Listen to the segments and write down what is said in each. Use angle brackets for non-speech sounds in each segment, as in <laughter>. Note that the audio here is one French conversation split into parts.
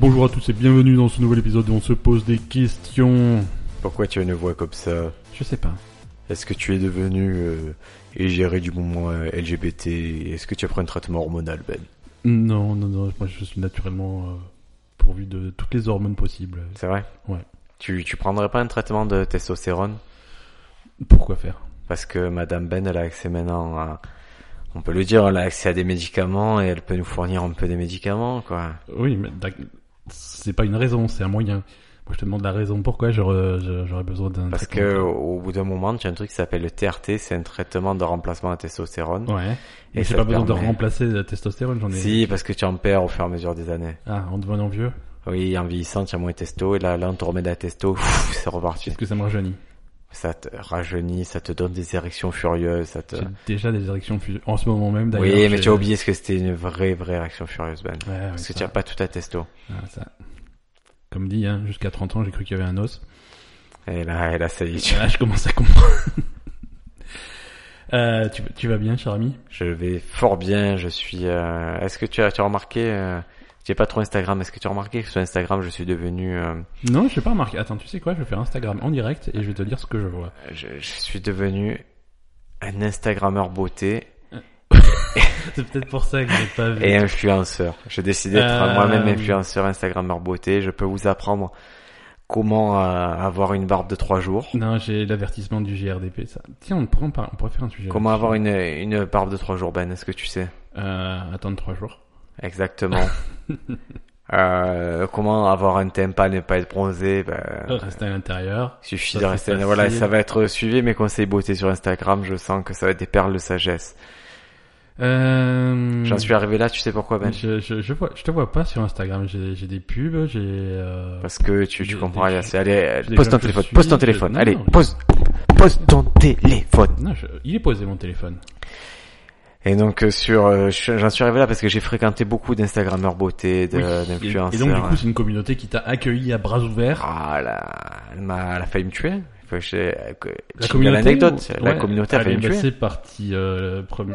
Bonjour à tous et bienvenue dans ce nouvel épisode où on se pose des questions. Pourquoi tu as une voix comme ça Je sais pas. Est-ce que tu es devenu euh, égéré du mouvement euh, LGBT Est-ce que tu as pris un traitement hormonal, Ben Non, non, non, moi je suis naturellement euh, pourvu de toutes les hormones possibles. C'est vrai Ouais. Tu, tu prendrais pas un traitement de testostérone Pourquoi faire Parce que Madame Ben, elle a accès maintenant à... On peut le dire, elle a accès à des médicaments et elle peut nous fournir un peu des médicaments, quoi. Oui, mais d'ac- c'est pas une raison, c'est un moyen. Moi je te demande la raison pourquoi j'aurais je- j'aurais besoin d'un. Parce traitement. que au bout d'un moment, tu as un truc qui s'appelle le TRT, c'est un traitement de remplacement à testostérone. Ouais. Et Et j'ai ça pas te besoin de permet- remplacer la testostérone, j'en ai. Si, parce que tu en perds au fur et à mesure des années. Ah, en devenant vieux Oui, en vieillissant, tu as moins de testo, et là, là, on te remet de la testo, <laughs> pff, c'est reparti. Qu'est-ce que ça me rajeunit Ça te rajeunit, ça te donne des érections furieuses, ça te... J'ai déjà des érections fu- en ce moment même d'ailleurs. Oui, mais j'ai- tu as oublié ce que c'était une vraie, vraie érection furieuse, Ben. Ouais, ouais, Parce que ça. tu n'as pas tout à testo. Ah, ça. Comme dit, hein, jusqu'à 30 ans, j'ai cru qu'il y avait un os. Et là, et là, ça y est, Et tu- Là, je commence à comprendre. <laughs> Euh, tu, tu vas bien, cher ami je vais fort bien, je suis... euh, Est-ce que tu as, tu as remarqué... euh, J'ai pas trop Instagram, est-ce que tu as remarqué que sur Instagram, je suis devenu... euh, Non, je sais pas remarqué. Attends, tu sais quoi Je vais faire Instagram en direct et je vais te dire ce que je vois. je, je suis devenu un Instagrammeur beauté C'est peut-être pour ça que j'ai pas vu. et influenceur. J'ai décidé d'être Euh, moi-même influenceur Instagrammeur beauté. Je peux vous apprendre comment euh, avoir une barbe de trois jours. Non, j'ai l'avertissement du GRDP. Ça. Tiens, on pourrait, en par- on pourrait faire un sujet. Comment là-dessus. avoir une, une barbe de trois jours, Ben Est-ce que tu sais Euh, attendre trois jours. <laughs> Exactement. Euh, comment avoir un teint pâle et ne pas être bronzé ben, Rester à l'intérieur. Suffit Ah, ça, de c'est rester. facile. Voilà, ça va être suivi mes conseils beauté sur Instagram. Je sens que ça va être des perles de sagesse. Euh... J'en suis arrivé là. Tu sais pourquoi, Ben Je, je, je, vois, je te vois pas sur Instagram. J'ai j'ai des pubs, j'ai. Euh... Parce que tu, tu Des- comprends des rien. gens- C'est- Allez, des pose gens ton que je téléphone. suis, Pose ton je- téléphone. non, Allez, non. pose, pose ton téléphone. Non, je- il est posé mon téléphone. Et donc euh, sur, euh, je- j'en suis arrivé là parce que j'ai fréquenté beaucoup d'instagrammeurs beauté, de- Oui. Et, d'influenceurs. et donc du coup, c'est une communauté qui t'a accueilli à bras ouverts. Ah, elle a, elle m'a, elle a failli me tuer. Faut que je- que- La tu communauté. me donnes l'anecdote. ou- La ouais. communauté a Allez, failli me bah, tuer. C'est parti. euh, le premier-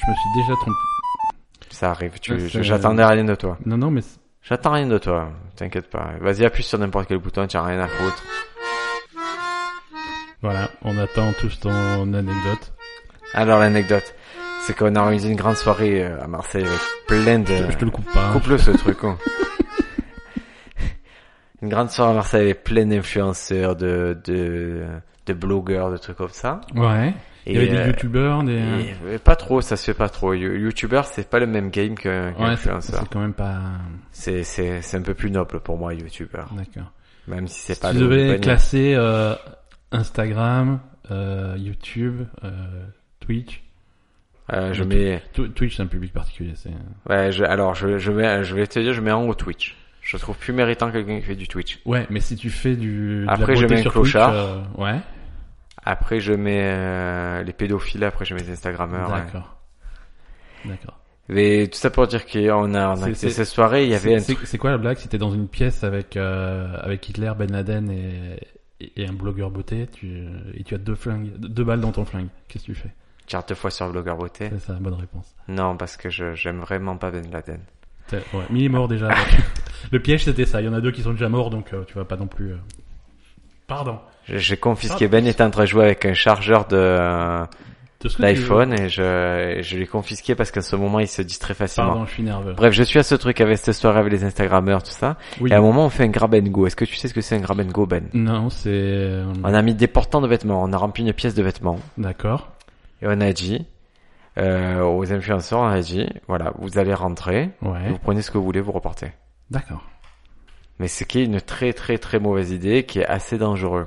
Je me suis déjà trompé. Ça arrive. Tu, Ouais, je- c'est- j'attendais rien de toi. Non, non, mais c'est- J'attends rien de toi. T'inquiète pas. Vas-y, appuie sur n'importe quel bouton. T'as rien à foutre. voilà, on attend tous ton anecdote. Alors l'anecdote, c'est qu'on a organisé une grande soirée euh, à Marseille avec plein de. Je te le coupe pas. hein. Coupe-le ce truc. hein. <laughs> Une grande soirée à Marseille avec plein d'influenceurs, de, de, de blogueurs, de trucs comme ça. Ouais. Il y avait euh, des youtubeurs, des. et, euh, pas trop, ça se fait pas trop. You- YouTubeur, c'est pas le même game qu'un Ouais, qu'un c'est influenceur. c'est quand même pas. euh, C'est c'est c'est un peu plus noble pour moi, YouTubeur. D'accord. Même si c'est Si pas tu le devais panier. classer euh, Instagram, euh, YouTube, euh, Twitch. Euh, je mets. Tw- Twitch, c'est un public particulier. C'est. euh, Ouais, je, alors je je mets, je vais te dire, je mets en haut Twitch. Je trouve plus méritant quelqu'un qui fait du Twitch. Ouais, mais si tu fais du. de la Après, je beauté mets un sur Twitch, clochard. euh, ouais. Après, je mets euh, les pédophiles. Après, je mets les Instagrammeurs. ouais. D'accord. D'accord. Mais tout ça pour dire qu'on a, on a C'est- fait c'est- cette soirée, il y avait un C'est- truc. C'est c'est quoi la blague Si t'es dans une pièce avec euh, avec Hitler, Ben Laden et, et- et un blogueur beauté, tu, et tu as deux flingues, deux balles dans ton flingue, qu'est-ce que tu fais Tu as deux fois sur Blogueur Beauté. C'est ça, bonne réponse. Non, parce que je, j'aime vraiment pas Ben Laden. T'as- Ouais, mais il est mort <laughs> déjà. donc. Le piège c'était ça. Il y en a deux qui sont déjà morts, donc euh, tu vas pas non plus. euh. Pardon. Je- J'ai confisqué Ah, Ben était en train de jouer avec un chargeur de euh, De ce que tu veux. d'iPhone et je, et je l'ai confisqué parce qu'à ce moment il se distrait facilement. Pardon, je suis nerveux. Bref, je suis à ce truc avec cette soirée avec les Instagrammeurs, tout ça. Oui. Et à un moment on fait un grab and go. Est-ce que tu sais ce que c'est un grab and go, Ben Non, c'est euh, On a mis des portants de vêtements, on a rempli une pièce de vêtements d'accord. et on a dit euh, aux influenceurs, on a dit voilà, vous allez rentrer, Ouais, vous prenez ce que vous voulez, vous repartez. d'accord. Mais ce qui est une très très très mauvaise idée qui est assez dangereux.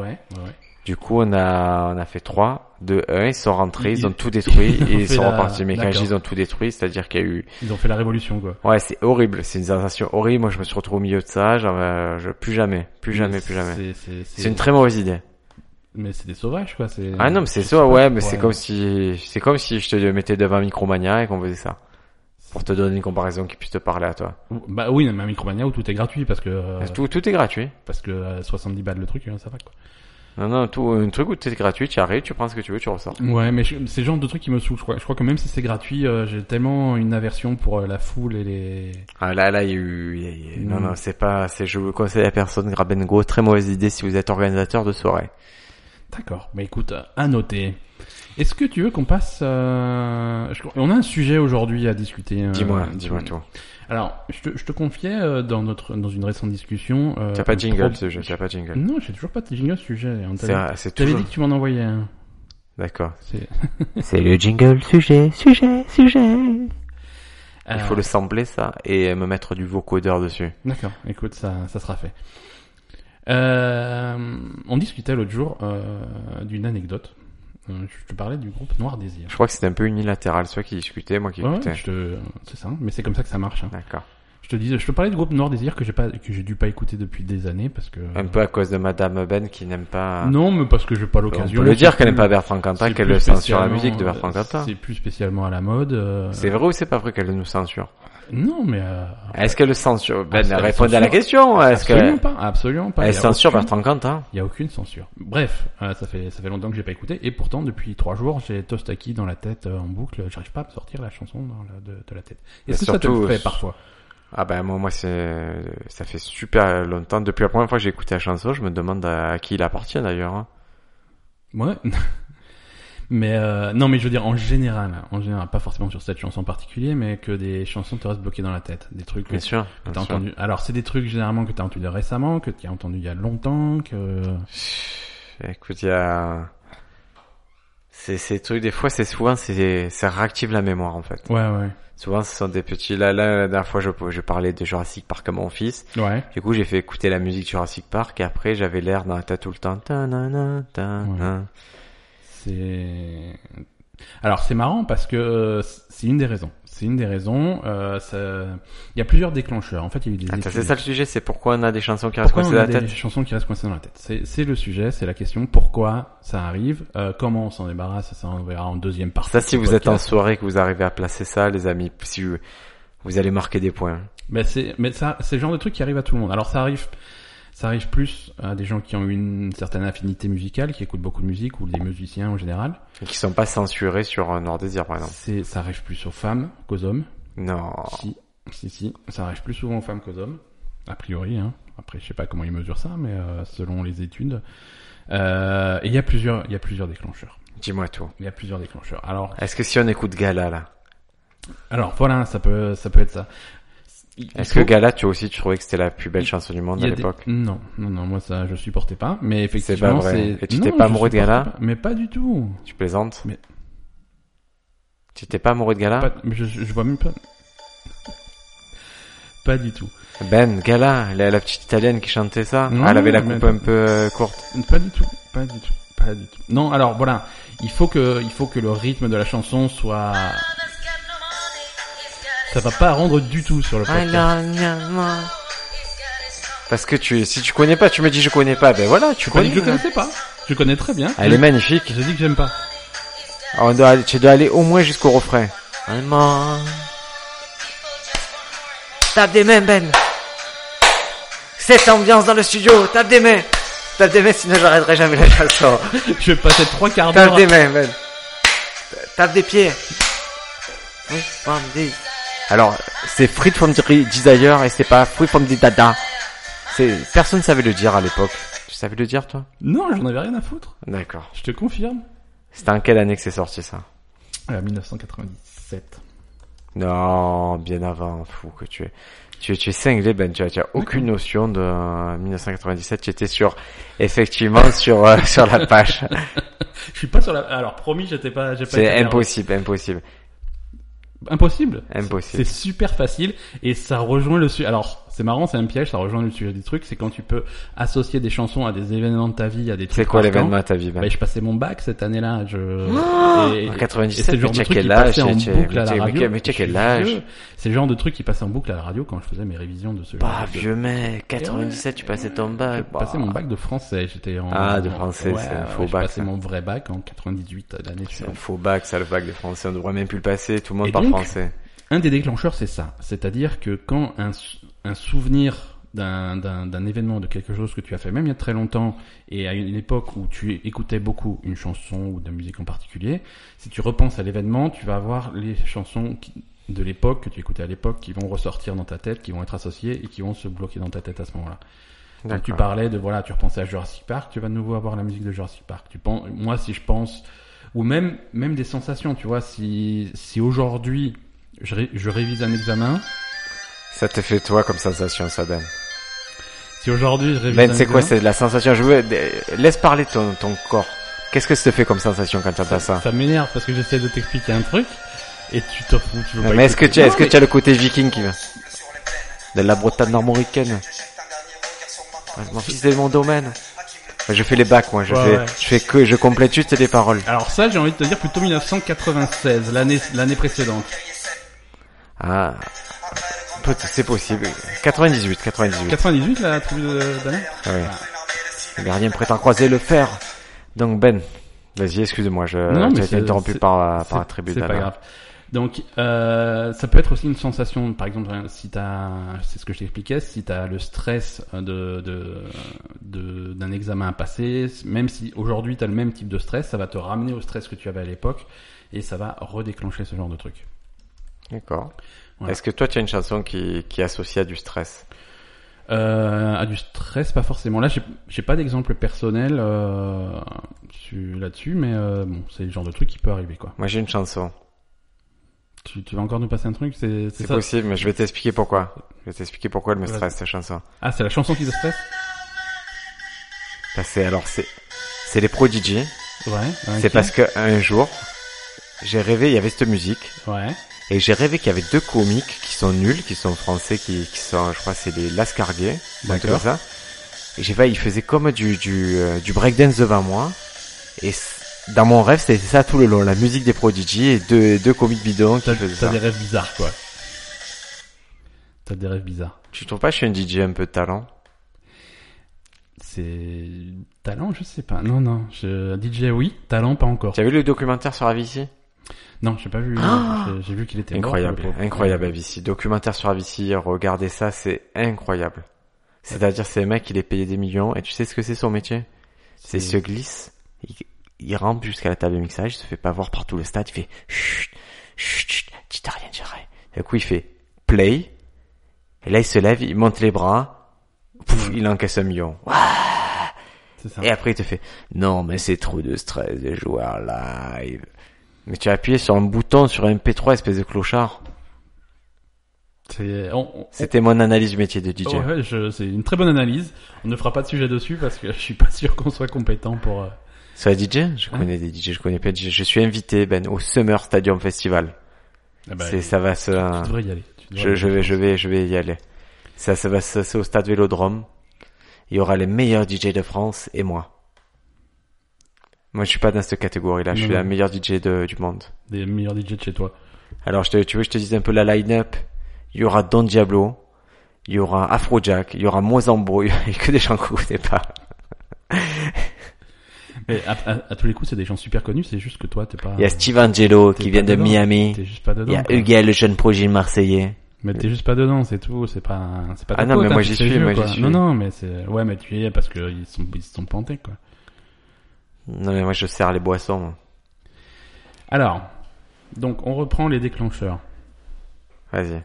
Ouais, ouais, ouais. Du coup, on a, on a fait 3, 2, 1, ils sont rentrés, ils, Ils- ont tout <laughs> détruit ils et ont ils fait sont la- repartis. Mais quand je D'accord. dis ils ont tout détruit, c'est-à-dire qu'il y a eu... Ils ont fait la révolution quoi. Ouais, c'est horrible, c'est une sensation horrible. Moi, je me suis retrouvé au milieu de ça, genre, euh, je... plus jamais, plus jamais, plus jamais. C'est- c'est- C'est une très mauvaise idée. Mais c'est des sauvages, quoi. C'est... Ah non, mais c'est je ça, sais ouais, pas, mais c'est comme si c'est comme si je te mettais devant Micromania et qu'on faisait ça. Pour te donner une comparaison qui puisse te parler à toi. Bah oui, mais un Micromania où tout est gratuit parce que. euh, Tout, tout est gratuit. Parce que euh, 70 balles le truc, hein, ça va, quoi. Non, non, tout, un truc où c'est gratuit, tu arrives, tu prends ce que tu veux, tu ressors. Ouais, mais je- c'est le genre de truc qui me saoule. Je crois, je crois que même si c'est gratuit, euh, j'ai tellement une aversion pour euh, la foule et les. Ah, là, là, il y a eu, il y a- il y a- non, Mm. non, c'est pas, c'est, je vous conseille à personne Grabengo, très mauvaise idée si vous êtes organisateur de soirée. D'accord. Mais écoute, euh, à noter. Est-ce que tu veux qu'on passe euh, je crois- On a un sujet aujourd'hui à discuter. euh, Dis-moi, dis-moi tout. Alors, je te, je te confiais euh, dans notre dans une récente discussion. Euh, T'as pas de jingle, pro- ce jeu, t'as pas de jingle. Non, j'ai toujours pas de jingle sujet. On C'est, t'avait- c'est T'avais toujours, dit que tu m'en envoyais un. d'accord. C'est- C'est le jingle sujet, sujet, sujet. Il faut Euh, le sampler, ça, et me mettre du vocodeur dessus. D'accord, écoute, ça, ça sera fait. Euh, on discutait l'autre jour euh, d'une anecdote. Euh, Je te parlais du groupe Noir Désir. Je crois que c'était un peu unilatéral, soit qui discutait, moi qui Ouais, écoutais. je te... C'est ça, mais c'est comme ça que ça marche. hein. D'accord. Je te disais, je te parlais du groupe Noir Désir que j'ai pas, que j'ai dû pas écouter depuis des années parce que. Un peu à cause de Madame Ben qui n'aime pas. Non, mais parce que j'ai pas on l'occasion. peut le dire C'est qu'elle n'aime plus- pas Bertrand Cantat, c'est qu'elle plus le censure la spécialement- musique de Bertrand Cantat. C'est plus spécialement à la mode. euh, C'est vrai ou c'est pas vrai qu'elle nous censure Non, mais. euh, Est-ce qu'elle le censure Ah, Ben, elle répondez à la censure. Ah, question. Est-ce absolument qu'elle pas, absolument pas. elle Il y a censure aucune- Bertrand Cantat Il n'y a aucune censure. Bref, euh, ça fait ça fait longtemps que j'ai pas écouté et pourtant depuis trois jours j'ai Tostaki dans la tête euh, en boucle. J'arrive pas à me sortir la chanson dans la- de, de la tête. Est-ce Mais que ça te le surtout, fait euh, parfois Ah ben moi, moi c'est ça fait super longtemps. Depuis la première fois que j'ai écouté la chanson, je me demande à qui il appartient d'ailleurs. hein. Ouais. <laughs> mais euh, non, mais je veux dire en général, hein, en général, pas forcément sur cette chanson en particulier, mais que des chansons te restent bloquées dans la tête, des trucs que Bien sûr. t'as bien sûr. entendu. Alors c'est des trucs généralement que t'as entendu récemment, que t'as entendu il y a longtemps, que Écoute, il y a c'est ces trucs des fois c'est souvent c'est ça réactive la mémoire en fait. ouais ouais Souvent, ce sont des petits. Là, là, la dernière fois, je, je parlais de Jurassic Park à mon fils. ouais. Du coup, j'ai fait écouter la musique Jurassic Park et après, j'avais l'air dans la tête tout le temps. Ta-na-na, ta-na. C'est. Alors c'est marrant parce que euh, c'est une des raisons. C'est une des raisons. euh, ça- Il y a plusieurs déclencheurs. En fait, il y a eu des. Attends, études. c'est ça le sujet, c'est pourquoi on a des chansons qui restent Pourquoi coincées on dans a la des tête. chansons qui restent coincées dans la tête C'est c'est le sujet, c'est la question. Pourquoi ça arrive euh, Comment on s'en débarrasse Ça, on verra en deuxième partie. Ça, si du vous êtes en podcast. soirée, que vous arrivez à placer ça, les amis, si vous, vous allez marquer des points. Mais c'est, mais ça, c'est le genre de truc qui arrive à tout le monde. Alors ça arrive, ça arrive plus à des gens qui ont une certaine affinité musicale, qui écoutent beaucoup de musique ou des musiciens en général. Et qui sont pas censurés sur euh, Noir Désir, par exemple. C'est, ça arrive plus aux femmes qu'aux hommes. Non. Si, si, si. Ça arrive plus souvent aux femmes qu'aux hommes, a priori. Hein. Après, je sais pas comment ils mesurent ça, mais euh, selon les études. Euh, et il y a plusieurs, il y a plusieurs déclencheurs. Dis-moi tout. Il y a plusieurs déclencheurs. Alors, Est-ce que si on écoute Gala, là? alors voilà, ça peut, ça peut être ça. Il- il Est-ce que faut- Gala, tu aussi, tu trouvais que c'était la plus belle chanson du monde il y à a des- l'époque? Non, non, non, moi ça, je supportais pas. Mais pas effectivement, vrai. c'est. Et tu t'es Non, pas je amoureux de supportais Gala pas. Mais pas du tout. Tu plaisantes? Mais- Tu étais pas amoureux de Gala? Pas- mais je, je vois même pas. Pas du tout. Ben Gala, la, la petite italienne qui chantait ça, Non, elle avait la mais coupe attends. un peu euh, courte. Pas du tout, pas du tout, pas du tout. Non, alors voilà, il faut que, il faut que le rythme de la chanson soit. Ça va pas rendre du tout sur le podcast. Parce que tu, si tu connais pas, tu me dis je connais pas, ben voilà, tu Je connais, connais. je hein. connaissais pas. Je connais très bien. Elle est magnifique. J'ai dit que j'aime pas. Ah, On doit, aller- tu dois aller au moins jusqu'au refrain. Allemand. Tape des mains, Ben. Cette ambiance dans le studio, tape des mains. Tape des mains, sinon j'arrêterai jamais la chanson. Je vais passer trois quarts d'heure. Tape des mains, Ben. Tape des pieds. Alors, c'est Free from the Desire et c'est pas Free from the Dada. C'est, personne savait le dire à l'époque. Tu savais le dire, toi? Non, j'en avais rien à foutre. D'accord. Je te confirme. C'était en quelle année que c'est sorti, ça? Euh, 1997. Non, bien avant, fou que tu es. Tu es, tu es cinglé, Ben, tu as, tu as aucune notion de euh, 1997, tu étais sur, effectivement, sur, euh, <laughs> sur la page. <laughs> Je suis pas sur la. Alors promis, j'étais pas. j'ai pas été C'est merde. impossible, impossible, Impossible. C'est impossible. super facile et ça rejoint le sujet. Alors, c'est marrant, c'est un piège, ça rejoint le sujet du truc, c'est quand tu peux associer des chansons à des événements de ta vie, à des trucs. C'est quoi marquants. l'événement à ta vie, Ben? Bah, je passais mon bac cette année-là. Ah Je... et- et En c'est 97, le genre mais de tu as truc qui quel âge, passait tu en as- tu as- boucle à mais tu la as- radio. mais tu as Je suis quel âge? vieux. C'est le genre de truc qui passait en boucle à la radio quand je faisais mes révisions de ce genre. Bah, de- vieux mec, 97, tu passais ton Je bac. bah. passais mon bac de français, j'étais en... Ah, de français, Ouais, c'est un ouais, faux je bac, passais ça. mon vrai bac en 98 l'année C'est un suivante. faux bac, ça, le bac de français. On devrait même plus le passer. Tout le monde Et parle donc français. Un des déclencheurs, c'est ça. C'est-à-dire que quand un, sou- un souvenir d'un, d'un, d'un événement, de quelque chose que tu as fait, même il y a très longtemps, et à une époque où tu écoutais beaucoup une chanson ou de la musique en particulier, si tu repenses à l'événement, tu vas avoir les chansons qui- de l'époque que tu écoutais à l'époque qui vont ressortir dans ta tête, qui vont être associées et qui vont se bloquer dans ta tête à ce moment-là. Donc, tu D'accord. parlais de voilà, tu repensais à Jurassic Park, tu vas de nouveau avoir la musique de Jurassic Park. Tu penses, moi si je pense, ou même même des sensations, tu vois, si si aujourd'hui je, ré- je révise un examen, Ça te fait toi comme sensation, ça, Ben si aujourd'hui je révise Ben, un c'est quoi examen, C'est de la sensation Je veux... Laisse parler ton, ton corps. Qu'est-ce que ça te fait comme sensation quand tu entends ça ça m'énerve parce que j'essaie de t'expliquer un truc et tu te fous, tu veux Bah, Non, pas mais est-ce que écouter. tu as, est-ce que Non, tu as le côté viking qui va De la Bretagne armoricaine. Ouais, Mon fils est mon domaine. Ouais, Je fais les bacs, moi. Je Ouais, fais, ouais. je fais que, je complète juste les paroles. mais- Alors ça, j'ai envie de te dire plutôt 1996, l'année l'année précédente. Ah. Peut- C'est possible. 98, 98. 98 la tribu de- d'Alain Ouais. Ah Le gardien prétend croiser le fer. Donc, Ben. Vas-y, excuse-moi, je, Non, tu mais as été c'est- interrompu c'est- par, la- C'est- par la tribu C'est pas d'Alain. grave. Donc, euh, ça peut être aussi une sensation. Par exemple, hein, si t'as, c'est ce que je t'expliquais, si t'as le stress euh, de, de, de- d'un examen à passer, même si aujourd'hui t'as le même type de stress, ça va te ramener au stress que tu avais à l'époque et ça va redéclencher ce genre de truc. D'accord. Voilà. Est-ce que toi, tu as une chanson qui, qui est associée à du stress? Euh, à du stress, pas forcément. Là, j'ai, j'ai pas d'exemple personnel euh, su- là-dessus, mais euh, bon, c'est le genre de truc qui peut arriver, quoi. Moi, j'ai une chanson. Tu, tu vas encore nous passer un truc, c'est, c'est C'est ça possible, mais je vais t'expliquer pourquoi. Je vais t'expliquer pourquoi elle me Vas-y. stresse, cette chanson. Ah, c'est la chanson qui te stresse Bah, c'est, alors, c'est, c'est les Prodigy. Ouais. C'est parce que un jour, j'ai rêvé, il y avait cette musique, que. Ouais. et j'ai rêvé qu'il y avait deux comiques qui sont nuls, qui sont français, qui, qui sont, je crois, c'est les Lascarguet, un truc comme D'accord. ça. Et j'ai fait, ils faisaient comme du, du, euh, du breakdance devant moi, et c- dans mon rêve, c'était ça tout le long, la musique des Prodigy et deux, deux comiques bidons qui T'as faisaient t'as ça. des rêves bizarres, quoi. T'as des rêves bizarres. Tu trouves pas que je suis un DJ un peu de talent? C'est talent, je sais pas. Non, non. Je... DJ, oui. Talent, pas encore. Tu as vu le documentaire sur Avicii? Non, j'ai pas vu. Ah J'ai- J'ai vu qu'il était mort, Incroyable, le pauvre. incroyable Avicii. Documentaire sur Avicii, regardez ça, c'est incroyable. C'est-à-dire, c'est un mec, il est payé des millions, et tu sais ce que c'est son métier C'est il se glisse, il, il rampe jusqu'à la table de mixage, il se fait pas voir par tout le stade, il fait chut, chut, chut, dis t'as rien, dis rien. Et Du coup, il fait play, et là, il se lève, il monte les bras, pouf, il encaisse un million. C'est ça. Et après, il te fait non, mais c'est trop de stress de jouer en live. Mais tu as appuyé sur un bouton sur un P3, espèce de clochard. C'est on- on- C'était mon analyse du métier de DJ. oh, ouais, je- c'est une très bonne analyse. On ne fera pas de sujet dessus parce que je suis pas sûr qu'on soit compétent pour. euh, Sur la DJ Je Hein connais des DJ, je connais pas de DJ. Je suis invité, Ben, au Summer Stadium Festival. ah bah, c'est, ça va se... Tu devrais y aller. Tu devrais Je, y je vais, je vais, je vais y aller. Ça, ça va se passer au stade Vélodrome. Il y aura les meilleurs DJ de France et moi. Moi, je suis pas dans cette catégorie-là. Je Non, suis non. la meilleure DJ de- du monde. aller. Des meilleurs DJ de chez toi. Alors, je te, tu veux, que je te dise un peu la line-up. Il y aura Don Diablo. Il y aura Afrojack. Il y aura Mozambo. <laughs> Il y a que des gens qu'on connaît pas. Mais à, à- à tous les coups, c'est des gens super connus. C'est juste que toi, t'es pas. Il y a Steve Angelo T'es qui pas vient de dedans. Miami. T'es juste pas dedans. Il y a quoi. Huguel, le jeune projet marseillais. Mais t'es juste pas dedans, c'est tout. C'est pas, c'est pas. ta Ah non, faute, mais hein, moi, tu j'y sais le suis, jeu, moi, j'y quoi. suis. Non, non, mais c'est, ouais, mais tu y es parce que ils sont, ils se sont plantés, quoi. Non, mais moi, je sers les boissons. moi. Alors, donc on reprend les déclencheurs. Vas-y.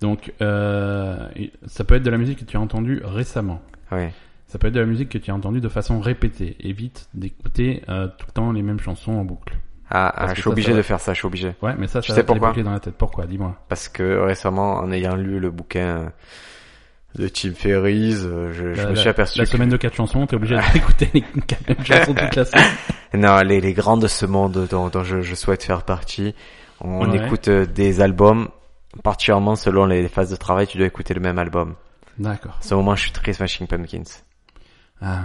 Donc, euh, ça peut être de la musique que tu as entendue récemment. Oui. Ça peut être de la musique que tu as entendue de façon répétée. Évite d'écouter euh, tout le temps les mêmes chansons en boucle. Ah, ah, Parce que je suis ça, obligé ça va. de faire ça, je suis obligé. Ouais, mais ça, Je ça va sais te les pourquoi. boucler dans la tête. Pourquoi Dis-moi. Parce que récemment, en ayant lu le bouquin de Tim Ferriss, euh, je, je Bah, La- me suis la- aperçu La que- semaine de quatre chansons, t'es obligé d'écouter les <laughs> quatre mêmes chansons toute la <laughs> semaine. Non, les, les grands de ce monde dont, dont je, je souhaite faire partie, on Ouais. écoute euh, des albums, particulièrement selon les phases de travail, tu dois écouter le même album. D'accord. À ce moment, je suis très Smashing Pumpkins. Ah,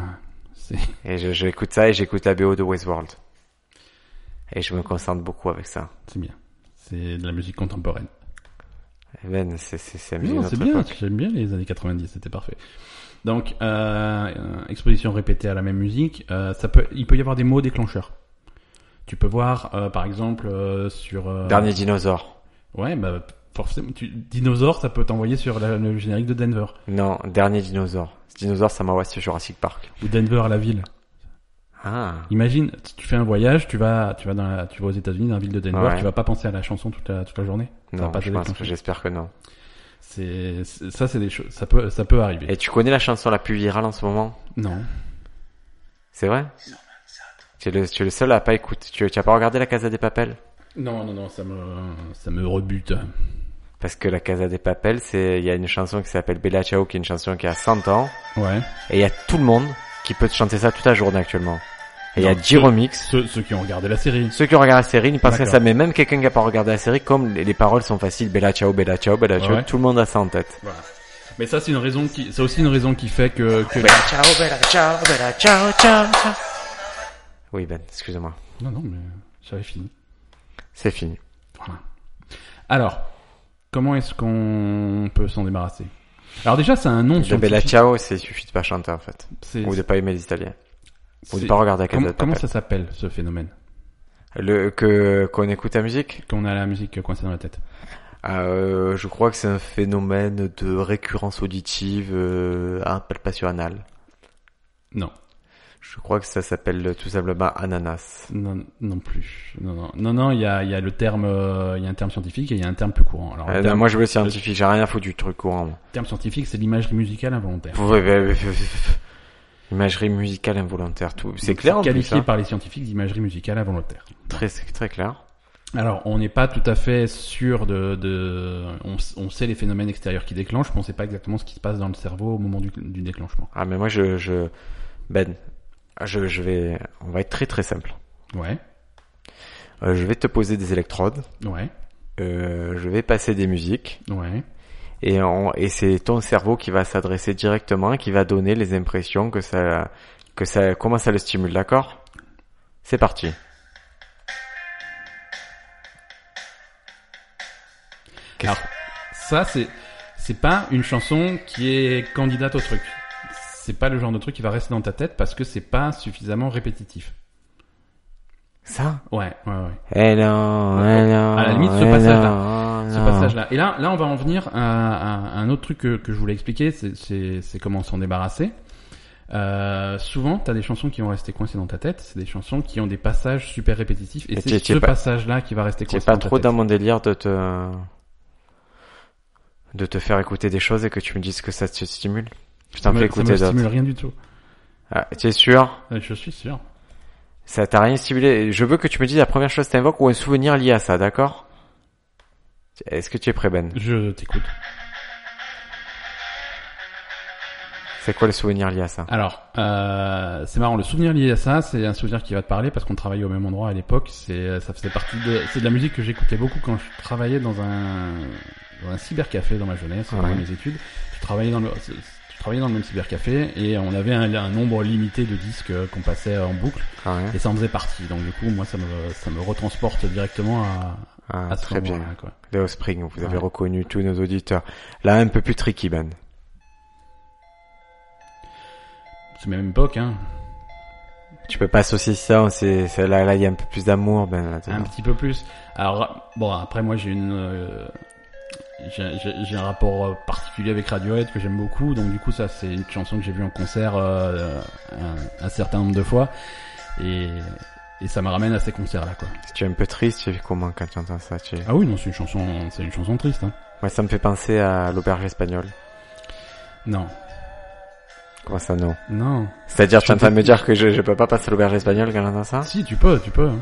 c'est. Et je- j'écoute ça et j'écoute la BO de Westworld. Et je me concentre beaucoup avec ça. C'est bien. C'est de la musique contemporaine. Ben, c'est c'est c'est la Mais musique non, de c'est notre bien. époque. J'aime bien les années 90, c'était parfait. Donc, euh, euh, exposition répétée à la même musique, euh, ça peut, il peut y avoir des mots déclencheurs. Tu peux voir, euh, par exemple, euh, sur... euh, Dernier dinosaure. Ouais, bah, forcément, tu, dinosaure, ça peut t'envoyer sur la- le générique de Denver. Non, dernier dinosaure. Ce dinosaure, ça m'envoie sur Jurassic Park. Ou Denver à la ville. Ah. Imagine, tu- tu fais un voyage, tu vas, tu vas dans la- tu vas aux États-Unis, dans la ville de Denver, Ouais. tu vas pas penser à la chanson toute la, toute la journée. Ça va Non, pas je t'aider pense ton que film. j'espère que non. C'est, c'est- ça, c'est des choses, ça peut, ça peut arriver. Et tu connais la chanson la plus virale en ce moment Non. C'est vrai tu es, le, tu es le seul à pas écouter. Tu, tu as pas regardé la Casa des Papels Non, non, non, ça me, ça me rebute. Parce que la Casa des Papels, c'est il y a une chanson qui s'appelle Bella Ciao, qui est une chanson qui a 100 ans, Ouais. et il y a tout le monde qui peut te chanter ça toute la journée actuellement. Et il y a Non, 10 je- remixes. Ceux, ceux qui ont regardé la série. Ceux qui ont regardé la série, ils pensent qu'à D'accord. ça, mais même quelqu'un qui a pas regardé la série, comme les, les paroles sont faciles, Bella Ciao, Bella Ciao, Bella Ciao, Ouais. tout le monde a ça en tête. Voilà. Mais ça, c'est une raison qui, c'est aussi une raison qui fait que, que- Bella Ciao, Bella Ciao, Bella Ciao, Ciao, Ciao. Oui Ben, excusez-moi. Non, non, mais j'avais fini. C'est fini. Voilà. Alors, comment est-ce qu'on peut s'en débarrasser Alors déjà, c'est un nom Le Bella scientifique. Ciao, c'est il suffit de pas chanter en fait. C'est- Ou de pas aimer les Italiens. Ou de c'est- pas regarder la Casa Comment, des comment Papels. ça s'appelle ce phénomène Le, que, qu'on écoute la musique? Quand on a la musique coincée dans la tête. Euh, je crois que c'est un phénomène de récurrence auditive euh, à palpation anale. Non, Je crois que ça s'appelle tout simplement ananas. non, non plus. Non, non, non, non, il y a, il y a le terme, euh, il y a un terme scientifique et il y a un terme plus courant. Alors, Euh, le non, terme, moi je veux scientifique, j'ai rien foutu du truc courant. moi. terme scientifique, c'est l'imagerie musicale involontaire. euh, Imagerie musicale involontaire, tout. C'est Donc, clair en plus, Qualifié hein. par les scientifiques d'imagerie musicale involontaire. Très, c'est très clair. Alors, on n'est pas tout à fait sûr de, de on, s- on sait les phénomènes extérieurs qui déclenchent, mais on sait pas exactement ce qui se passe dans le cerveau au moment du, du déclenchement. Ah mais moi je, je Ben, je, je vais, on va être très très simple. Ouais, Euh, je vais te poser des électrodes, ouais, euh, je vais passer des musiques. ouais. Et, on- et c'est ton cerveau qui va s'adresser directement, qui va donner les impressions que ça, que ça, comment ça le stimule, d'accord C'est parti. Qu'est-ce- Alors, ça, c'est, c'est pas une chanson qui est candidate au truc. C'est pas le genre de truc qui va rester dans ta tête parce que c'est pas suffisamment répétitif. Ça Ouais, ouais, ouais. Eh non, Ouais. eh non. À la limite, ce eh passage-là. non, eh Ce non. passage-là. Et là, là, on va en venir à, à- à un autre truc que, que je voulais expliquer, c'est- c'est c'est comment s'en débarrasser. Euh, souvent, t'as des chansons qui vont rester coincées dans ta tête. C'est des chansons qui ont des passages super répétitifs, et, Et c'est t'es- ce t'es pas- passage-là qui va rester T'es coincé pas dans ta trop tête. dans mon délire de te, de te faire écouter des choses et que tu me dises que ça te stimule. Je Ça t'en me- fais ça me écouter stimule d'autres. rien du tout. Ah, T'es sûr Euh, Je suis sûr. Ça t'a rien stimulé. Je veux que tu me dises la première chose que t'invoques ou un souvenir lié à ça, d'accord Est-ce que tu es prêt, Ben Je t'écoute. C'est quoi le souvenir lié à ça Alors, euh, c'est marrant. Le souvenir lié à ça, c'est un souvenir qui va te parler parce qu'on travaillait au même endroit à l'époque. C'est, euh, ça faisait partie de, c'est de la musique que j'écoutais beaucoup quand je travaillais dans un, dans un cybercafé dans ma jeunesse, Ouais. pendant mes études. Je travaillais dans le, c'est- je travaillais dans le même cybercafé et on avait un, un nombre limité de disques euh, qu'on passait en boucle Ah ouais. et ça en faisait partie. Donc du coup, moi, ça me, ça me retransporte directement à, Ah, à ce très bien. moment-là, quoi. Léo Spring, vous avez Ouais. reconnu tous nos auditeurs. Là, un peu plus tricky, Ben. C'est même époque, hein. Tu peux pas associer ça, on sait- c'est là, là, il y a un peu plus d'amour, Ben. là-dedans. Un petit peu plus. Alors bon, après moi j'ai une, euh, j'ai- j'ai j'ai un rapport euh, particulier avec Radiohead que j'aime beaucoup, donc du coup ça c'est une chanson que j'ai vue en concert euh, un, un certain nombre de fois et, et ça me ramène à ces concerts là quoi. Si tu es un peu triste, tu fais comment quand tu entends ça tu... Ah oui non c'est une chanson, c'est une chanson triste. Hein. Moi, ça me fait penser à l'auberge espagnole. Non, Comment ça, non non. C'est-à-dire, tu es en train de Je- me dire que je, je peux pas passer à l'auberge espagnole quand j'entends ça Ah, Si tu peux, tu peux. hein.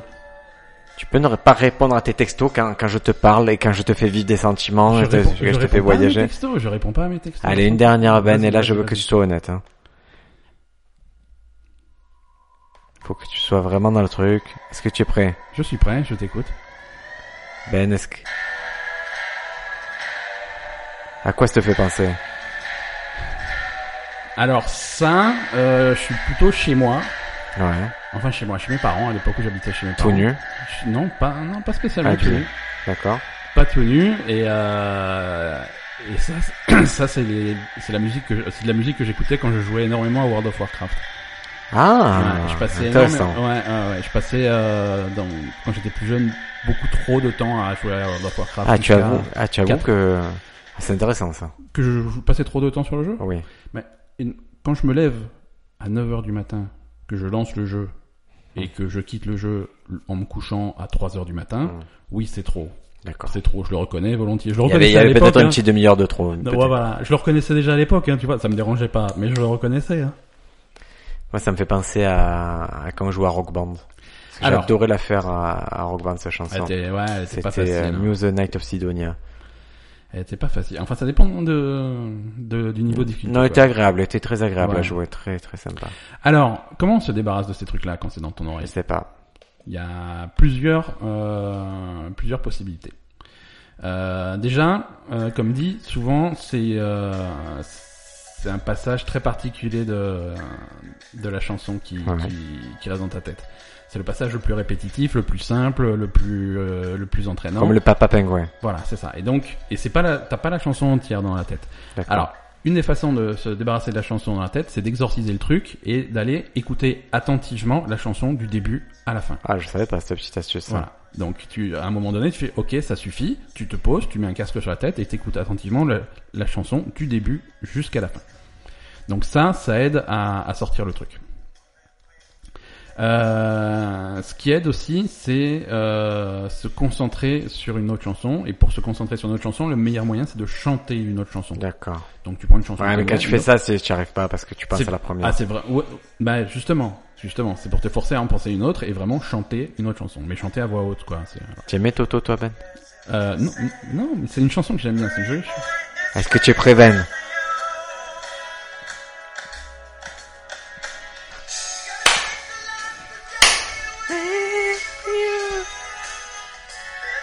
Tu peux ne pas répondre à tes textos quand, quand je te parle et quand je te fais vivre des sentiments, je, te- réponds- Oh, que je te réponds fais pas à mes voyager. textos, je réponds pas à mes textos. Allez, une dernière, Ben, Vas-y, et là, je vas-y, veux que vas-y. tu sois honnête. Hein. Faut que tu sois vraiment dans le truc. Est-ce que tu es prêt Je suis prêt, je t'écoute. Ben, est-ce que... À quoi ça te fait penser Alors ça, euh, je suis plutôt chez moi. Ouais, Enfin chez moi, chez mes parents, à l'époque où j'habitais chez mes tout parents. nu, Non, pas, non, pas spécialement Ah, tout nu. ok. d'accord Pas tout nu. Et, euh, et ça, <clears throat> c'est- ça c'est les- c'est la musique que je- c'est de la musique que j'écoutais quand je jouais énormément à World of Warcraft. Ah, Ouais, je passais intéressant. énormément- ouais, ouais, ouais, je passais euh, dans- quand j'étais plus jeune beaucoup trop de temps à jouer à World of Warcraft. Ah, tu jusqu'à- avoues, ah, tu avoues Quatre. que Ah, c'est intéressant ça. que je, je passais trop de temps sur le jeu. Oui. Quand je me lève à 9h du matin, que je lance le jeu et que je quitte le jeu en me couchant à 3h du matin, Mm. oui, c'est trop. D'accord. C'est trop, je le reconnais volontiers. Je le Il y avait, reconnaissais il y avait à l'époque. peut-être une hein. petite demi-heure de trop. Ouais, peut-être. voilà, je le reconnaissais déjà à l'époque, hein, tu vois, ça me dérangeait pas, mais je le reconnaissais. hein. Moi, ça me fait penser à, à quand je jouais à Rock Band. Parce que Alors. J'adorais la faire à, à Rock Band, cette Elle chanson. était, ouais, c'est pas C'était facile. euh, hein. Muse the Night of Sidonia. Elle était pas facile. Enfin, ça dépend de, de- du niveau de difficulté. Non, elle quoi. était agréable, elle était très agréable à Ouais. jouer, très très sympa. Alors, comment on se débarrasse de ces trucs-là quand c'est dans ton Je oreille sais pas. Il y a plusieurs, euh, plusieurs possibilités. Euh, déjà, euh, comme dit, souvent c'est euh, c'est un passage très particulier de de la chanson qui Ouais. qui, qui reste dans ta tête. C'est le passage le plus répétitif, le plus simple, le plus euh, le plus entraînant. Comme le Papa Pingouin. Voilà, c'est ça. Et donc, et c'est pas la, t'as pas la chanson entière dans la tête. D'accord. Alors, une des façons de se débarrasser de la chanson dans la tête, c'est d'exorciser le truc et d'aller écouter attentivement la chanson du début à la fin. Ah, je savais pas cette petite astuce. ça. Voilà. Donc, tu, à un moment donné, tu fais OK, ça suffit. Tu te poses, tu mets un casque sur la tête et t'écoutes attentivement le- la chanson du début jusqu'à la fin. Donc ça, ça aide à, à sortir le truc. Euh, ce qui aide aussi, c'est euh, se concentrer sur une autre chanson. Et pour se concentrer sur une autre chanson, le meilleur moyen, c'est de chanter une autre chanson. D'accord. Donc tu prends une chanson. Ouais, mais de- quand tu fais ça, c'est- tu n'y arrives pas parce que tu passes C'est- à la Ah, première. c'est vrai. Ouais, bah, justement, justement, c'est pour te forcer à en penser une autre et vraiment chanter une autre chanson. Mais chanter à voix haute, quoi. C'est, Tu aimais Toto, toi, Ben euh, non, non, mais c'est une chanson que j'aime bien, c'est une jolie chanson. Est-ce que tu es prêt, Ben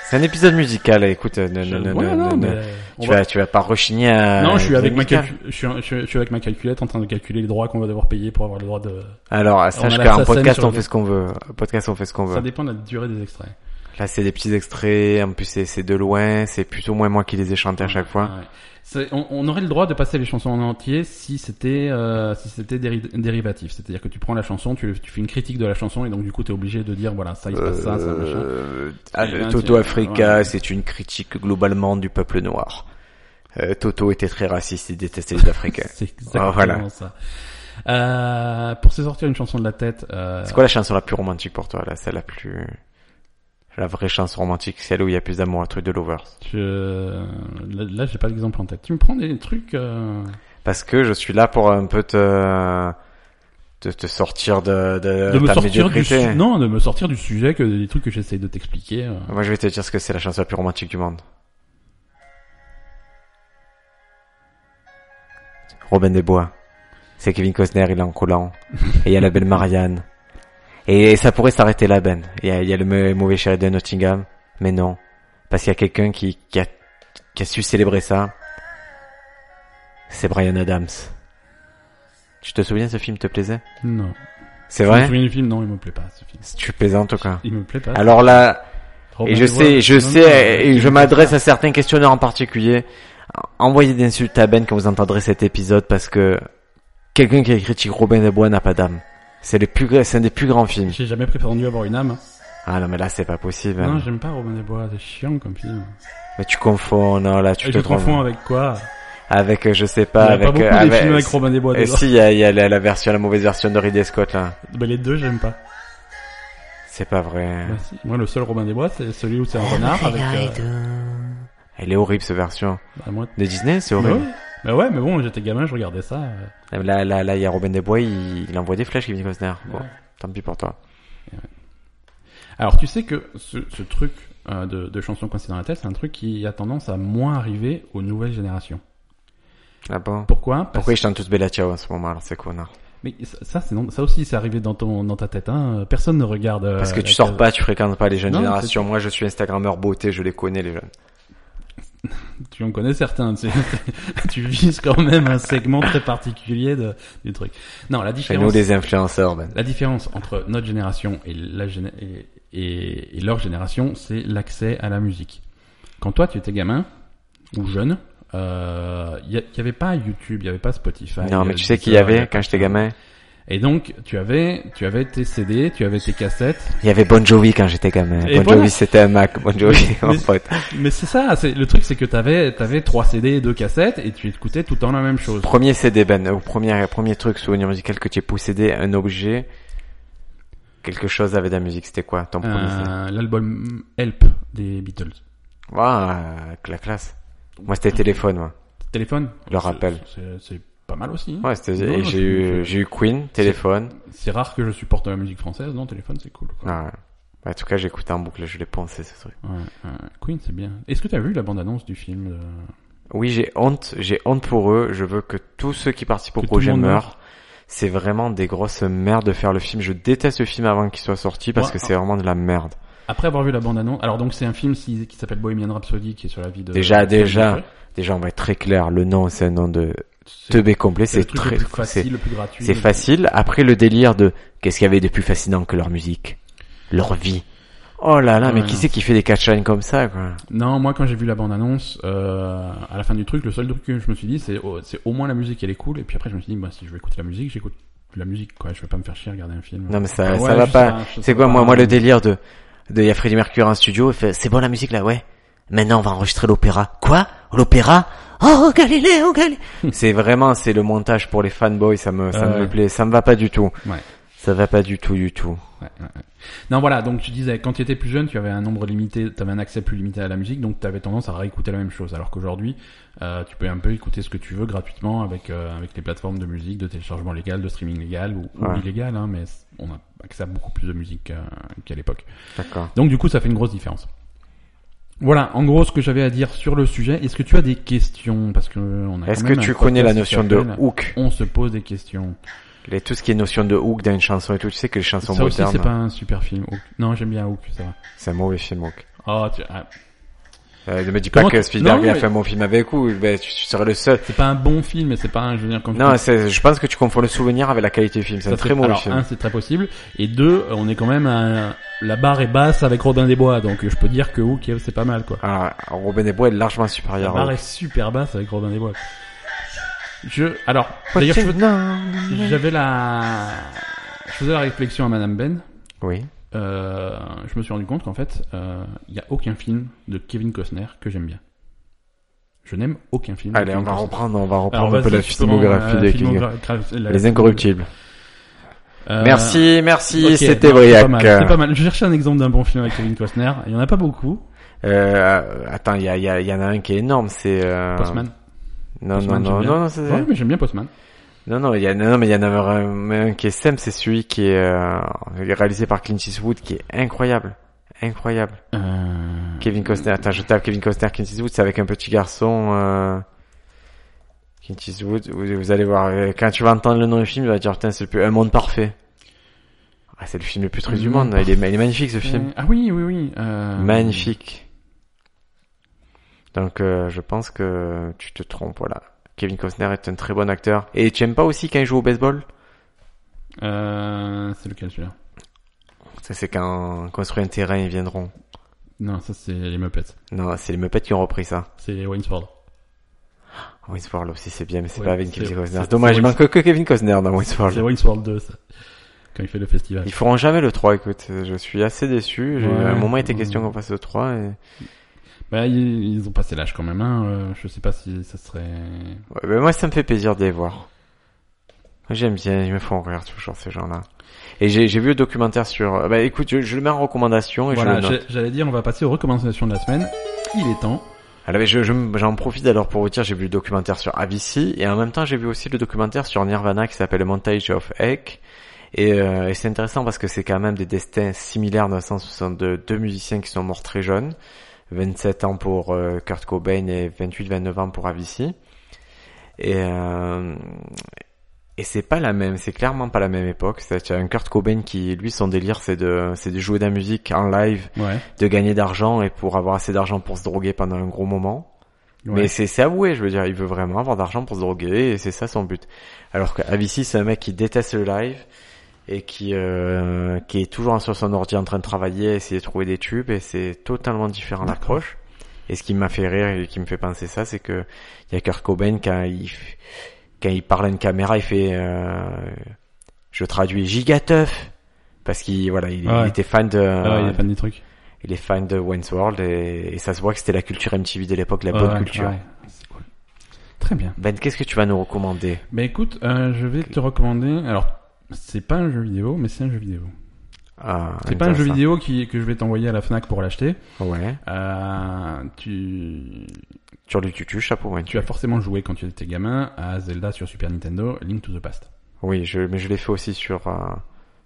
C'est un épisode musical, écoute, euh, ne, ne, ne, Ouais, ne- non, ne- mais ne- on tu, va- vas, tu vas pas rechigner à... Non, je suis à avec ma musical. calcu- je suis, je, suis- je suis avec ma calculette en train de calculer les droits qu'on va devoir payer pour avoir le droit de. Alors, sache la qu'en Sassem podcast, sur on le- fait ce qu'on veut. En podcast, on fait ce qu'on Ça veut. dépend de la durée des extraits. Là, c'est des petits extraits, en plus, c'est- c'est de loin, c'est plus ou moins moi qui les ai chantés à chaque fois. Ouais. C'est- On, on aurait le droit de passer les chansons en entier si c'était euh, si c'était déri- dérivatif, c'est-à-dire que tu prends la chanson, tu, tu fais une critique de la chanson et donc du coup t'es obligé de dire voilà ça il se passe ça, ça machin. Euh, ah, Et là, Toto tu- Africa, ouais. c'est une critique globalement du peuple noir. Euh, Toto était très raciste, il détestait les Africains. <laughs> C'est exactement Ah, voilà. ça. Euh, pour se sortir une chanson de la tête, euh, C'est quoi la chanson la plus romantique pour toi, là, celle la plus... La vraie chanson romantique, celle où il y a plus d'amour, un truc de lovers. je... euh, là, là, j'ai pas d'exemple en tête. Tu me prends des trucs. euh, Parce que je suis là pour un peu te... Te, te sortir de, de, de me sortir ta du Euh, médiocrité. su- non de me sortir du sujet que des trucs que j'essaye de t'expliquer. euh. Moi, je vais te dire ce que c'est la chanson la plus romantique du monde. Robin des Bois. C'est Kevin Costner, il est en collant. Et il y a la belle Marianne. Et ça pourrait s'arrêter là, Ben. Il y a, il y a le mau- mauvais chéri de Nottingham. Mais non. Parce qu'il y a quelqu'un qui, qui, a, qui a su célébrer ça. C'est Brian Adams. Tu te souviens, ce film te plaisait Non. C'est Je me vrai souviens du film, non, il me plaît pas ce film. Tu plaisantes ou quoi Il me plaît pas. Alors là, Robin Et je des sais, Bois, bah, je non, euh, non, sais, euh, et il je me plaît m'adresse à certains questionneurs en particulier. Envoyez des insultes à Ben quand vous entendrez cet épisode parce que quelqu'un qui critique Robin des Bois n'a pas d'âme. C'est le plus, gra- c'est un des plus grands pas. films. J'ai jamais prétendu avoir une âme. Ah non, mais là c'est pas possible. hein. Non, j'aime pas Robin des Bois, c'est chiant comme film. Mais tu confonds, non là tu Et te Ah, je trompes. confonds avec quoi Avec, euh, je sais Il y pas, a avec, pas beaucoup euh, des avec- films avec Robin des Bois Et dedans. si, il y a, il y a la, la version, la mauvaise version de Ridley Scott là. <laughs> Bah, les deux, j'aime pas. C'est pas vrai. Bah, si. Moi, le seul Robin des Bois, c'est celui où c'est Oh, un renard avec. euh, Elle est horrible cette version. bah, moi- De Disney, c'est Bah horrible. ouais. Bah ouais, mais bon, j'étais gamin, je regardais ça. euh. Là, là, là, il y a Robin des Bois, il, il envoie des flèches, Kevin Costner. Bon, Ouais. tant pis pour toi. Alors, tu sais que ce, ce truc euh, de, de chanson coincée dans la tête, c'est un truc qui a tendance à moins arriver aux nouvelles générations. Ah bon Pourquoi Parce Pourquoi ils chantent tous Bella Ciao en ce moment alors c'est connard Mais ça, ça, c'est non- ça aussi, c'est arrivé dans ton, dans ta tête. Hein. Personne ne regarde. euh, Parce que la tu sors case. pas, tu fréquentes pas les jeunes Non, générations. Moi je suis Instagrammeur beauté, je les connais les jeunes. Tu en connais certains. Tu, sais. <laughs> tu vises quand même un segment très particulier de, du truc. Non, la Chez différence. nous des influenceurs, ben. La différence entre notre génération et, la géné- et, et- et leur génération, c'est l'accès à la musique. Quand toi, tu étais gamin ou jeune, euh, il n'y avait pas YouTube, il n'y avait pas Spotify. non euh, mais tu sais Deezer, qu'il y y avait a- quand j'étais gamin Et donc, tu avais, tu avais tes CD, tu avais tes cassettes. Il y avait Bon Jovi quand j'étais gamin. Et Bon voilà. Jovi c'était un Mac, Bon Jovi <laughs> Mais- mon pote. Mais c'est ça, c'est, le truc c'est que t'avais, t'avais trois CD et deux cassettes et tu écoutais tout le temps la même chose. Premier CD Ben, ou premier, premier truc souvenir musical que tu aies possédé, un objet, quelque chose avec de la musique, c'était quoi ton premier CD Euh, l'album Help des Beatles. Euh. Waouh, la classe. Moi c'était téléphone moi. Téléphone. Le C'est- rappel. C'est, c'est pas mal aussi. hein. Ouais, c'était, Non, et non, j'ai je- eu, je- j'ai eu Queen, téléphone. C'est rare que je supporte la musique française, non, téléphone c'est cool. quoi. Ah, ouais. Bah, en tout cas, j'écoutais en boucle, je l'ai pensé ce truc. Ouais, ouais. Queen c'est bien. Est-ce que t'as vu la bande-annonce du film euh, Oui, j'ai honte, j'ai honte pour eux. Je veux que tous ceux qui participent au Que tout le projet monde meurent. C'est vraiment des grosses merdes de faire le film. Je déteste le film avant qu'il soit sorti parce Ouais, que c'est vraiment de la merde. Après avoir vu la bande-annonce, alors donc c'est un film si- qui s'appelle Bohemian Rhapsody qui est sur la vie de... Déjà, de- déjà. Déjà, on va être très clair. Le nom, c'est un nom de C'est, teubé complet. c'est le C'est truc très, le plus c'est, facile, le plus gratuit. c'est facile. Après, le délire de qu'est-ce qu'il y avait de plus fascinant que leur musique? Leur vie. Oh là là, mais Ah Ouais, qui non. c'est qui fait des catchlines comme ça, quoi? Non, moi quand j'ai vu la bande-annonce, euh, à la fin du truc, le seul truc que je me suis dit, c'est oh, c'est au moins la musique, elle est cool. Et puis après, je me suis dit, bah, si je veux écouter la musique, j'écoute la musique, quoi. Je vais pas me faire chier à regarder un film. Non, mais ça, Ah ouais, ça va je- pas. je- C'est ça quoi, va moi, pas. moi, le délire de, de, il y a Freddie Mercury en studio, il fait, c'est bon la musique là, ouais. Maintenant, on va enregistrer l'opéra. Quoi? L'opéra? Oh, Galilée, <laughs> oh, Galilée. c'est vraiment, c'est le montage pour les fanboys, ça me, ça Ouais. me plaît, ça me va pas du tout. Ouais. Ça va pas du tout, du tout. Ouais, ouais, ouais. Non, voilà, donc tu disais, quand tu étais plus jeune, tu avais un nombre limité, tu avais un accès plus limité à la musique, donc tu avais tendance à réécouter la même chose. Alors qu'aujourd'hui, euh, tu peux un peu écouter ce que tu veux gratuitement avec, euh, avec les plateformes de musique, de téléchargement légal, de streaming légal ou, ou Ouais. illégal, hein, mais c- on a accès à beaucoup plus de musique euh, qu'à l'époque. D'accord. Donc du coup, ça fait une grosse différence. Voilà, en gros, ce que j'avais à dire sur le sujet. Est-ce que tu as des questions Parce que euh, on a. Est-ce quand que même tu un connais la podcast qui notion de s'appelle hook? On se pose des questions. Les, tout ce qui est notion de hook dans une chanson et tout, tu sais que les chansons ça aussi, modernes, c'est pas un super film. Hook. Non, j'aime bien Hook, ça va. c'est un mauvais film hook. Oh, tu... ah, Euh, ne me dis pas Comment que tu- Spielberg Non, il a mais- fait un bon film avec ou, ben, tu, tu serais le seul. C'est pas un bon film, mais c'est pas un, je veux dire, comme Non, tu- c'est- je pense que tu confonds le souvenir avec la qualité du film. C'est ça, un très mauvais alors, film. un, c'est très possible, et deux, on est quand même à, la barre est basse avec Rodin des Bois, donc je peux dire que Hook, c'est pas mal, quoi. Ah, Robin des Bois est largement La supérieur. barre est super basse avec Rodin des Bois. Je, alors, d'ailleurs, je veux- j'avais la, je faisais la réflexion à Madame Ben, Oui. euh, je me suis rendu compte qu'en fait, euh, il y a aucun film de Kevin Costner que j'aime bien. Je n'aime aucun film. de Allez, on Kevin va Costner. reprendre, on va Alors, reprendre un peu vas-y, la tu peux prendre, filmographie euh, des King. filmographie- la- Les Incorruptibles. Euh, Merci, merci, Ok, c'était non, C'est pas, mal, c'est pas Briac. mal. Je cherchais un exemple d'un bon film avec Kevin Costner. Il y en a pas beaucoup. Euh, attends, il y, a- il y a- il y en a un qui est énorme, c'est... Euh... Postman. Non, Postman, non, non, j'aime non, bien. non, c'est- Ouais, mais j'aime bien Postman. non, non, il y a, non, mais il y en a un, un qui est Sam, c'est celui qui est euh, réalisé par Clint Eastwood, qui est incroyable, incroyable. Euh... Kevin Costner, attends, je tape Kevin Costner, Clint Eastwood, c'est avec un petit garçon. Euh... Clint Eastwood, vous, vous allez voir, euh, quand tu vas entendre le nom du film, tu vas dire, putain, c'est le plus... Un monde parfait. Ah, c'est le film le plus Un triste du monde monde, il est, il est magnifique ce film. euh, Ah oui, oui, oui. Euh... Magnifique. Donc, euh, je pense que tu te trompes, voilà. Kevin Costner est un très bon acteur. Et tu aimes pas aussi quand il joue au baseball Euh... C'est lequel celui-là Ça, c'est quand on construit un terrain, ils viendront. Non, ça c'est les Muppets. Non, c'est les Muppets qui ont repris ça. C'est les Waynesford. Wayne's World aussi, c'est bien, mais c'est Ouais, pas avec c'est- Kevin Costner. c'est- Dommage, c'est il manque que Kevin Costner dans Wayne's World. C'est Waynesford 2, ça. Quand il fait le festival. Ils feront jamais le 3, écoute. Je suis assez déçu. J'ai- Ouais. à un moment, il était Ouais. question qu'on fasse le 3. Et... Bah, ils, ils ont passé l'âge quand même. Hein. Euh, je sais pas si ça serait. Ouais, mais moi, ça me fait plaisir de les voir. J'aime bien, ils me font rire toujours, ces gens-là. Et j'ai j'ai vu le documentaire sur... Bah écoute, je, je le mets en recommandation et Voilà, je le note. j'ai- j'allais dire, on va passer aux recommandations de la semaine. Il est temps. Alors, mais je- je- j'en profite alors pour vous dire, j'ai vu le documentaire sur Avicii et en même temps, j'ai vu aussi le documentaire sur Nirvana qui s'appelle Montage of Heck. Et, euh, et c'est intéressant parce que c'est quand même des destins similaires dans le sens où ce sont de- deux musiciens qui sont morts très jeunes. 27 ans pour euh, Kurt Cobain et 28-29 ans pour Avicii. Et, euh, et c'est pas la même, c'est clairement pas la même époque. C'est un Kurt Cobain qui, lui, son délire, c'est de, c'est de jouer de la musique en live, Ouais. de gagner d'argent et pour avoir assez d'argent pour se droguer pendant un gros moment. Ouais. Mais c'est c'est avoué, je veux dire, il veut vraiment avoir d'argent pour se droguer et c'est ça son but. Alors que Avicii, c'est un mec qui déteste le live et qui euh, qui est toujours sur son ordi en train de travailler, essayer de trouver des tubes et c'est totalement différent D'accord. l'approche. Et ce qui m'a fait rire et qui me fait penser ça, c'est que il y a Kurt Cobain quand il f- quand il parle à une caméra, il fait euh, je traduis gigateuf parce qu'il voilà, il, Ouais. il était fan de Ah, il est fan des trucs. il est fan de Wayne's World et, et ça se voit que c'était la culture MTV de l'époque, la Ouais, bonne ouais, culture. ouais. C'est cool. Très bien. Ben, qu'est-ce que tu vas nous recommander Bah écoute, euh, je vais te recommander. Alors, c'est pas un jeu vidéo, mais c'est un jeu vidéo. Ah, C'est pas un jeu intéressant. vidéo qui, que je vais t'envoyer à la Fnac pour l'acheter. Ouais. Euh, tu, Sur le tutu, chapeau Wayne. tu as forcément joué quand tu étais gamin à Zelda sur Super Nintendo, Link to the Past. Oui, je, mais je l'ai fait aussi sur euh,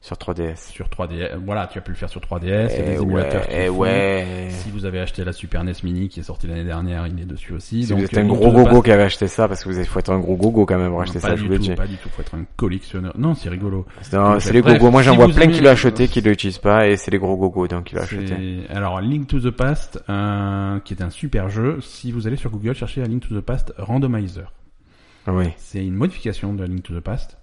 sur 3DS. Sur 3DS, euh, voilà, tu as pu le faire sur 3DS, il y a Eh des Ah, émulateurs ouais, qui le eh font. ouais. Si vous avez acheté la Super NES Mini qui est sortie l'année dernière, il est dessus aussi. Si Donc, vous êtes un Link gros to the gogo Past, qui avait acheté ça, parce que vous êtes, faut être un gros gogo quand même pour acheter non, ça, pas je du vous l'ai tout, dit. Pas du tout, faut être un collectionneur. Non, c'est rigolo. Non, Donc, c'est les bref, gogos. Moi, j'en si vois vous plein aimez qui les l'ont acheté, choses. qui l'utilisent pas, et c'est les gros gogos, donc qui l'ont acheté. C'est- Alors, Link to the Past, euh, qui est un super jeu. Si vous allez sur Google, cherchez à Link to the Past Randomizer. Ah Oui. C'est une modification de Link to the Past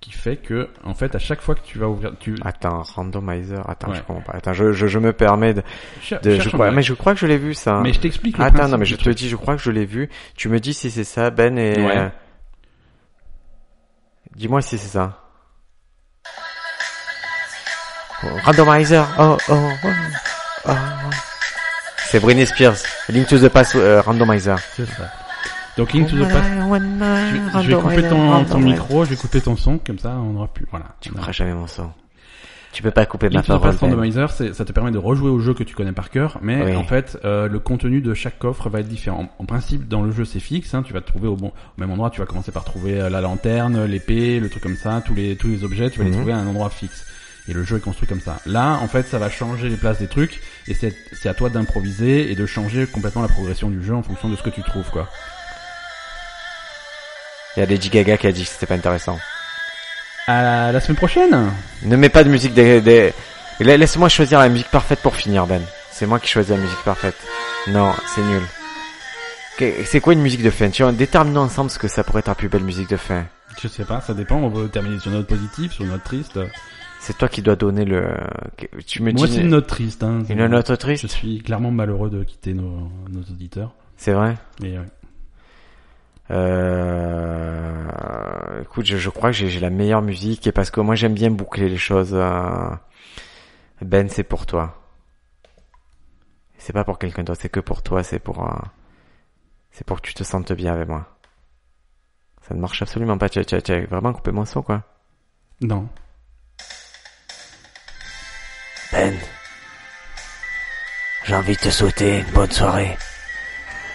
qui fait que, en fait, à chaque fois que tu vas ouvrir, tu Attends, randomizer. Attends, Ouais. je comprends pas. Attends, je, je, je me permets de, cher- de- je cherche un crois, mec. mais je crois que je l'ai vu, ça. Mais je t'explique. le Attends, principe non, mais du je te truc. dis, je crois que je l'ai vu. Tu me dis si c'est ça, Ben, et... Ouais. euh, Dis-moi si c'est ça. Oh, Randomizer, oh, oh, oh, oh. C'est Britney Spears, Link to the Past euh, Randomizer. C'est ça. Donc Link to the Past. Je, vais- je vais couper ton, ton micro, je vais couper ton son, comme ça on aura plus. Voilà. Tu couperas jamais mon son. Tu peux pas couper ma Link to the parole. Past Ben. Randomizer, c'est- ça te permet de rejouer au jeu que tu connais par cœur, mais Oui. en fait, euh, le contenu de chaque coffre va être différent. En, en principe, dans le jeu, c'est fixe. Hein, tu vas te trouver au bon, au même endroit. Tu vas commencer par trouver euh, la lanterne, l'épée, le truc comme ça, tous les tous les objets. Tu vas Mhm. les trouver à un endroit fixe. Et le jeu est construit comme ça. Là, en fait, ça va changer les places des trucs, et c'est c'est à toi d'improviser et de changer complètement la progression du jeu en fonction de ce que tu trouves, quoi. Il y a Lady Gaga qui a dit que c'était pas intéressant. À la semaine prochaine. Ne mets pas de musique des... des- La- Laisse-moi choisir la musique parfaite pour finir, Ben. C'est moi qui choisis la musique parfaite. Non, c'est nul. Que- C'est quoi une musique de fin Tu vois, déterminons ensemble ce que ça pourrait être la plus belle musique de fin. Je sais pas, ça dépend. On peut terminer sur une note positive, sur une note triste. C'est toi qui dois donner le... que- Tu me Moi, dis... c'est une note triste. Hein. Une note Je triste suis clairement malheureux de quitter nos, nos auditeurs. C'est vrai Et ouais. Euh... Écoute, je, je crois que j'ai j'ai la meilleure musique et parce que moi j'aime bien boucler les choses. euh, Ben, c'est pour toi. C'est pas pour quelqu'un d'autre, c'est que pour toi, c'est pour... euh, C'est pour que tu te sentes bien avec moi. Ça ne marche absolument pas. Tu as- tu as tu as vraiment coupé mon son, quoi. Non. Ben, j'ai envie de te souhaiter une bonne soirée.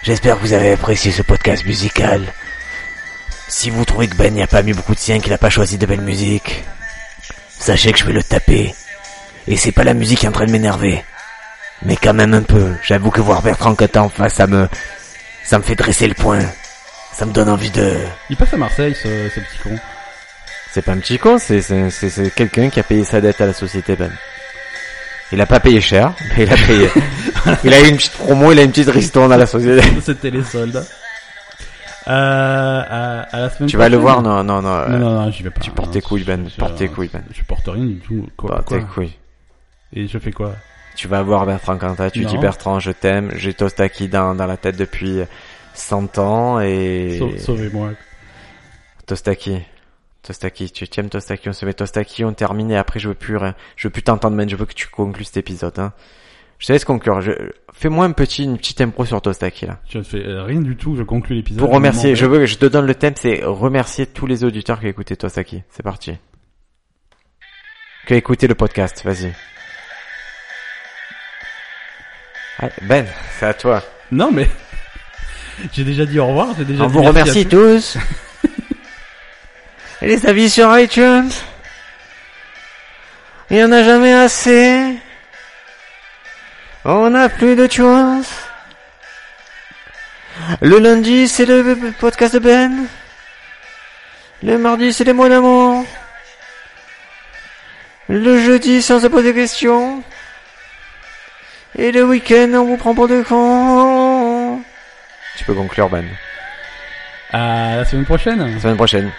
J'espère que vous avez apprécié ce podcast musical. Si vous trouvez que Ben n'y a pas mis beaucoup de sien, qu'il n'a pas choisi de belle musique, sachez que je vais le taper. Et c'est pas la musique qui est en train de m'énerver. Mais quand même un peu. J'avoue que voir Bertrand Cotin en face, ça me, ça me fait dresser le poing. Ça me donne envie de... Il passe à Marseille, ce, ce petit con. C'est pas un petit con, c'est- c'est c'est- c'est quelqu'un qui a payé sa dette à la société, Ben. Il a pas payé cher, mais il a payé. il a eu une petite promo, il a eu une petite ristourne à la société. <laughs> C'était les soldes. Euh, à, à la semaine Tu vas le prochaine. voir, non, non, euh, Non, non. non, non, j'y vais pas. Tu portes tes Non, couilles, je- Ben, je- porte tes je- couilles, Ben. Je porte rien du tout. Quoi, Bah, quoi tes couilles. Et je fais quoi Tu vas voir Bertrand Cantat, tu Non. dis Bertrand, je t'aime, j'ai Tostaki dans, dans la tête depuis 100 ans et... Sau- Sauvez-moi. Tostaki. Tostaki, tu tu aimes Tostaki, on se met Tostaki, on termine et après je veux plus rien. Je veux plus t'entendre, man, je veux que tu conclues cet épisode, hein. Je te laisse conclure, je... fais-moi un petit, une petite impro sur Tostaki, là. Je ne fais euh, rien du tout. Je conclue l'épisode. Pour Je remercier, m'en je vais. veux, je te donne le thème, c'est remercier tous les auditeurs qui écoutaient Tostaki. C'est parti. Qui écoutaient le podcast, vas-y. Allez, Ben, c'est à toi. Non, mais. <laughs> J'ai déjà dit au revoir. J'ai déjà On dit Ah, vous merci à remercie tous. <laughs> Et les avis sur iTunes. Il y en a jamais assez. On n'a plus de tunes. Le lundi, c'est le podcast de Ben. Le mardi, c'est les mots d'amour. Le jeudi, c'est on se pose des questions. Et le week-end, on vous prend pour des cons. Tu peux conclure, Ben. À la semaine prochaine. semaine prochaine.